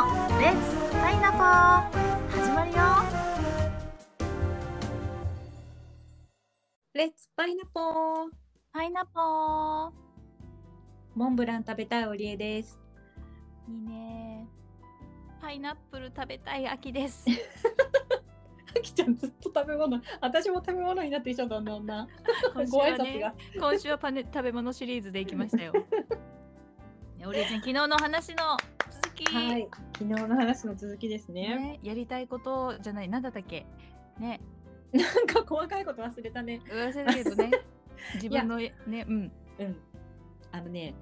X パイナポー始まるよレッツパイナポーパイナポーモンブラン食べたいオリエです。 いいねパイナップル食べたい秋ですあきちゃんずっと食べ物、私も食べ物になってきちゃったんだな。今週 ごは挨拶ねが。今週はパネ食べ物シリーズでいきました よねおりえちゃん昨日の話の続き、はい、昨日の話の続きですね。ね、やりたいことじゃないなんだったっけ ねなんか細かいこと忘れたね。忘れたけどね自分のねうんうん。あのね、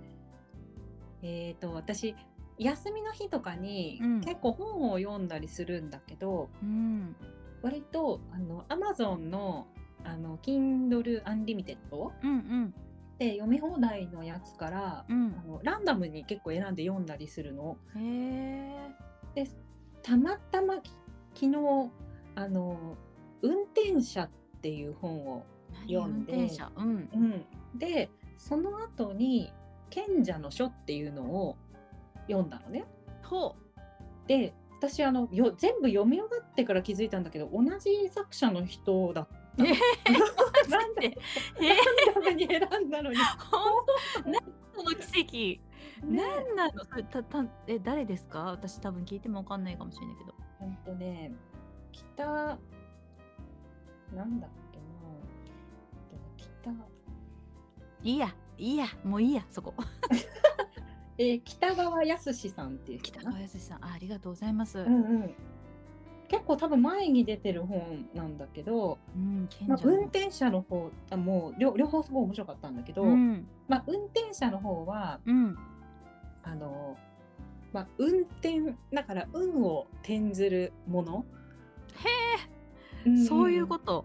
えっ、と私休みの日とかに、うん結構本を読んだりするんだけど、うん割とあの Amazon のあの Kindle Unlimited うんうんで読み放題のやつから、うあんのランダムに結構選んで読んだりするの。へえでたまたまき昨日あの「運転者」っていう本を、読んで運転者うんうん、でその後に「賢者の書」っていうのを読んだのね。ほで私あのよ全部読み終わってから気づいたんだけど同じ作者の人だったの。え ランダうムえランダムに選んだのに。本当何その奇跡何なのそれたたえ誰ですか私多分聞いてもわかんないかもしれないけどほんとね、北、なんだっけな、北、いいやいいやもういいやそこえー北川康さんっていう人 北かな。川康さんあありがとうございますう、うんんうん、結構多分前に出てる本なんだけど、賢まあ者、運転者の方あもう両両方すごい面白かったんだけど、うんまあ、運転者の方はうんあの、まあ、運転だから運を転ずるもの。へえそういうこと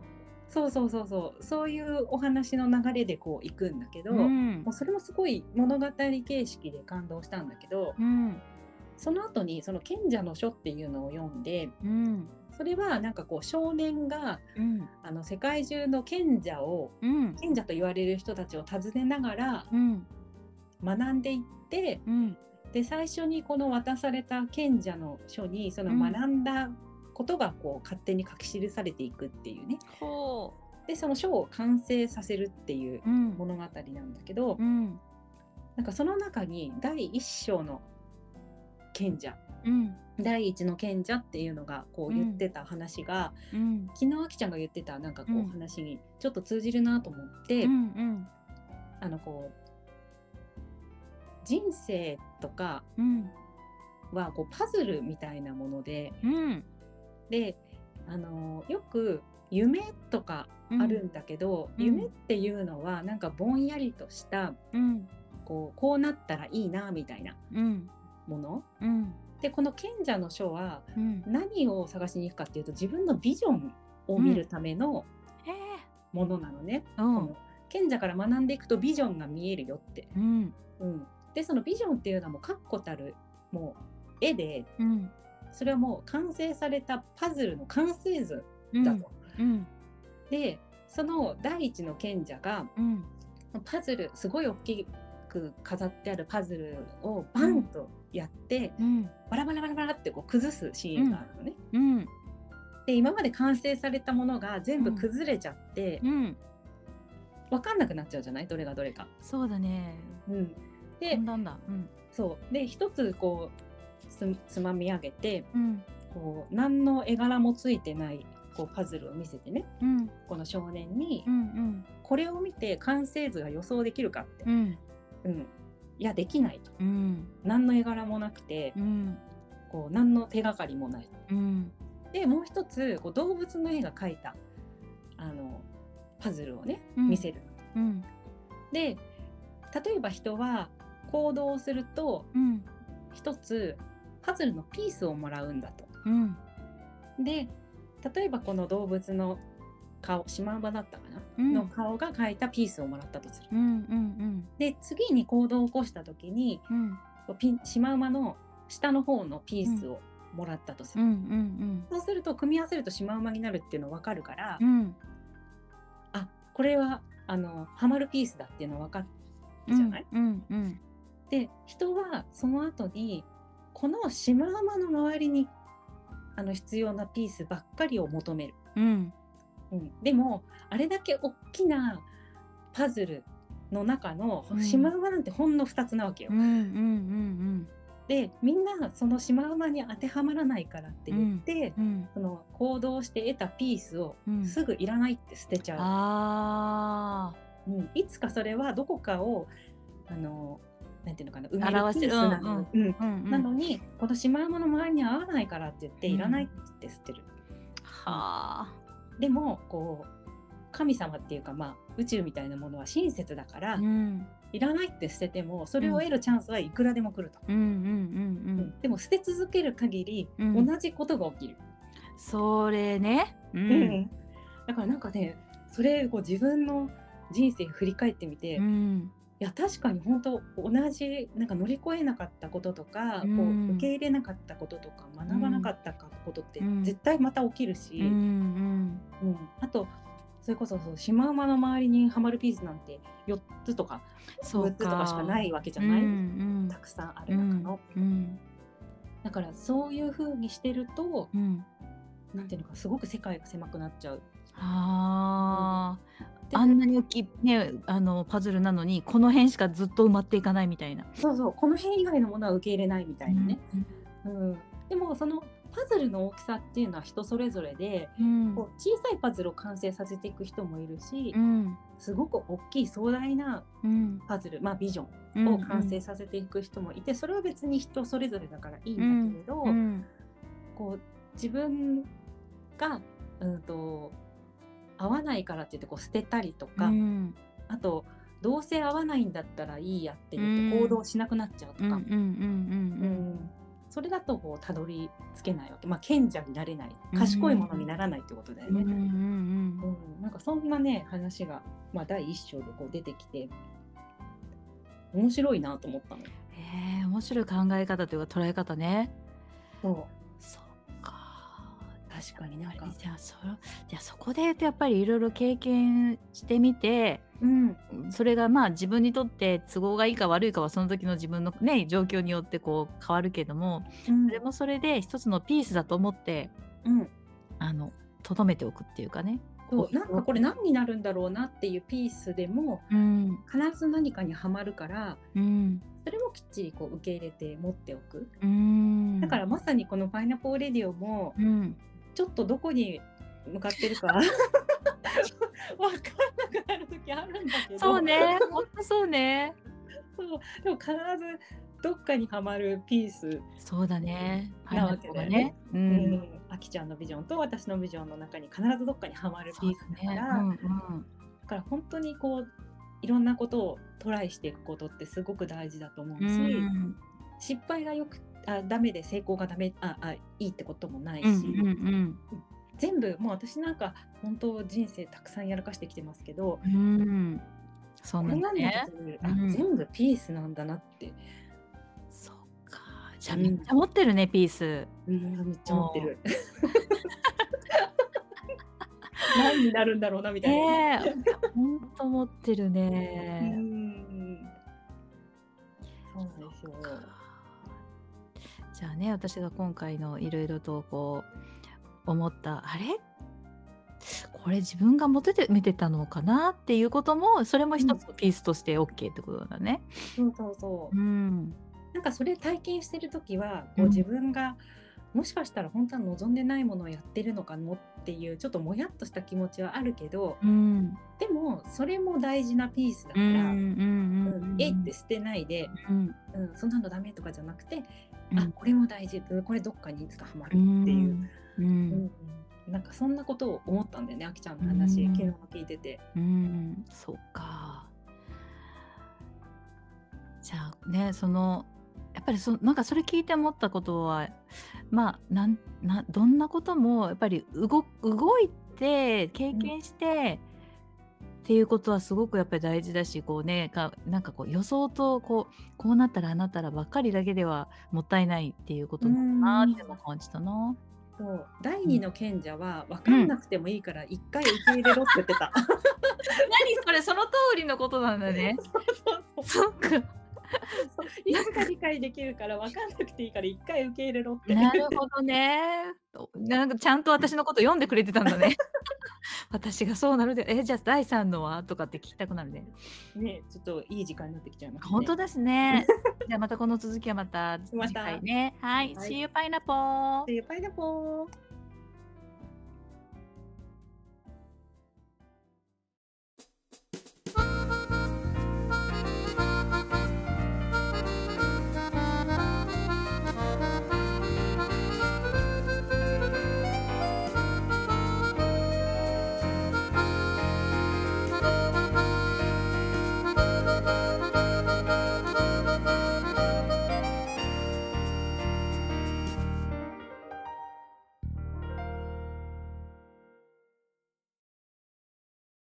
そうそうそうそうそういうお話の流れでこう行くんだけど、うんもうそれもすごい物語形式で感動したんだけど、うんその後にその賢者の書っていうのを読んでうんそれはなんかこう少年がうんあの世界中の賢者をうん賢者と言われる人たちを訪ねながらうん学んでいってうんで最初にこの渡された賢者の書にその学んだことがこう勝手に書き記されていくっていうねほでその書を完成させるっていうううん物語なんだけどうんなんかその中に第一章の賢者うん第一の賢者っていうのがこう言ってた話が、うん昨日あきちゃんが言ってたなんかうこんう話にちょっと通じるなと思って、うんうんあのこう人生とかうんはこうパズルみたいなものでうんであのよく夢とかあるんだけど、うん夢っていうのはなんかぼんやりとしたうんこうこうなったらいいなみたいなうんものうんでこの賢者の書はうん何を探しに行くかっていうと自分のビジョンを見るためのへえものなのね。うこんの賢者から学んでいくとビジョンが見えるよって。うんうん、でそのビジョンっていうのはもう確固たるもう絵でうんそれはもう完成されたパズルの完成図うんだと。うんでその第一の賢者がうんパズルすごい大きく飾ってあるパズルをバンとやって、うんバラバラバラバラってこう崩すシーンがあるのね。うんで今まで完成されたものが全部崩れちゃって、うん分かんなくなっちゃうじゃないどれがどれか。そうだねうん、で飛んだんだうんそうで一つこうつつまみ上げてうんこう何の絵柄もついてないこうパズルを見せてねうんこの少年にうんこれを見て完成図が予想できるかってうんう、んうん、いやできないとうん何の絵柄もなくてうんこう何の手がかりもないうんでもう一つこう動物の絵が描いたあのパズルをねうん見せる、うんで例えば人は行動をするとうん一つパズルのピースをもらうんだとうんで例えばこの動物の顔シマウマだったかな、うんの顔が描いたピースをもらったとする。うんうんで次に行動を起こした時にうんうんこうピンシマウマの下の方のピースをもらったとすうる。んうんそうすると組み合わせるとシマウマになるっていうの分かるから、うんあこれはあのハマるピースだっていうの分かるじゃない、うんうんで人はその後にこのシマウマの周りにあの必要なピースばっかりを求める、うん。うん、でもあれだけ大きなパズルの中のうんシマウマなんてほんの2つなわけよ。うんうんうんでみんなそのシマウマに当てはまらないからって言って、うん。うんその行動して得たピースをうん。すぐいらないって捨てちゃう。あうん、いつかそれはどこかをあのなんていうのかな埋表せるピースなの,、うんあ。うん、うん。なのにこのシマウマの周りに合わないからって言って、うんいらないって言って捨てるはでもこう神様っていうか、まあ、宇宙みたいなものは親切だから、あ。うん。いらないって捨ててもそれを得るチャンスはいくらでも来ると、うんうんうんうん。でも捨て続ける限り、うん同じことが起きる、それね。うう。んだからなんかねそれこう自分の人生振り返ってみて、うん。いや確かに本当同じなんか乗り越えなかったこととか、うんこう受け入れなかったこととか学ばなかったことってうん絶対また起きるし、うんうん。うんあとそれこそそうシマウマの周りにはまるピースなんて4つとかそ6うつとかしかないいわけじじゃない、うんたくさんあうる中ん。の、うん。だからそういうふうにしてるとうん。なんていうのかすごく世界が狭くなっちゃう。あであ。あんなに大きいね、あのパズルなのに、この辺しかずっと埋まっていかないみたいな。そうそうこの辺以外のものは受け入れないみたいなね、うんでもそのパズルの大きさっていうのは人それぞれで、うん。こう小さいパズルを完成させていく人もいるし、うん。すごく大きい壮大なうん。パズル、まあ、ビジョンうん。を完成させていく人もいて、それは別に人それぞれだからいいんだけれど、うん。こう自分が、うん、と合わないからって言ってこう捨てたりとうか、ん。あとどうせ合わないんだったらいいやって言ってうん行動しなくなっちゃうとうんうんうか、んうんうんうんそれだとこうたどり着けないわけ、まあ、賢者になれない賢いものにならないってことだようんね。うんうんうんうん、なんかそんなね話が、まあ、第一章でこう出てきて面白いなと思ったの。へえ面白い考え方というか捉え方ねそうそっか確かになんか、じゃあそじゃあそこで言うとやっぱりいろいろ経験してみてうん、それがまあ自分にとって都合がいいか悪いかはその時の自分のね状況によってこう変わるけどもうんそれもそれで一つのピースだと思ってうん、あの留めておくっていうかね。そうなんかこれ何になるんだろうなっていうピースでもうん必ず何かにはまるからうんそれもきっちりこう受け入れて持っておくうんだからまさにこの「パイナポーレディオ」もうんちょっとどこに向かってるか わかんなくなる時あるんだけどそうね本当そうねそうでも必ずどっかにはまるピースそうだね。なわけだよねパイナップルがね。う。うんん、あきちゃんのビジョンと私のビジョンの中に必ずどっかにはまるそピうースだかだねらだ,、うんから本当にこういろんなことをトライしていくことってすごく大事だと思うし、うん。失敗がよくあダメで成功がダメああいいってこともないし、うんうんうん全部もう私なんか本当人生たくさんやらかしてきてますけど、うんうん。そうこなれんだなんだね。というよりあうん全部ピースなんだなって、そっか。じゃあうんめっちゃ持ってるねピース。うんめっちゃ思ってる。 何になるんだろうなみたいな。ねえ。 本当持ってるうね。んそうなんですよ。じゃあね私が今回のいろいろとこう思ったあれこれ自分が持てて見てたのかなっていうこともそれも一つのピースとして OK ってことだね。そうそうそうう。ん。なんかそれ体験してる時は、こううん自分がもしかしたら本当は望んでないものをやってるのかもっていうちょっともやっとした気持ちはあるけど、うん。でもそれも大事なピースだから、うんえいって捨てないで、うんうん、そんなのダメとかじゃなくて、うんあこれも大事、うんこれどっかにいつかハマるっていう。うんううんんなんかそんなことを思ったんだよね、あきちゃんの話、うん昨日も聞いてて。うんそうかじゃあねそのやっぱりそなんかそれ聞いて思ったことはまあなんなどんなこともやっぱり動動いて経験して、っていうことはすごくやっぱり大事だしこうねかなんかこう予想とこうこうなったらあなたらばっかりだけではもったいないっていうことなのかなっても感じたな。そう第二の賢者は分かんなくてもいいから一回受け入れろって言ってた。 何それその通りのことなんだね。そうそうそっか。そういつか理解できるから分かんなくていいから一回受け入れろって。なるほどね。となんかちゃんと私のこと読んでくれてたんだね。 私がそうなるで、え、じゃあ第三のはとかって聞きたくなるね。ねちょっといい時間になってきちゃいました、ね。本当ですね。 じゃあまたこの続きはまたま次た回ね。はい。はい See you, pineapple! でパイナポー。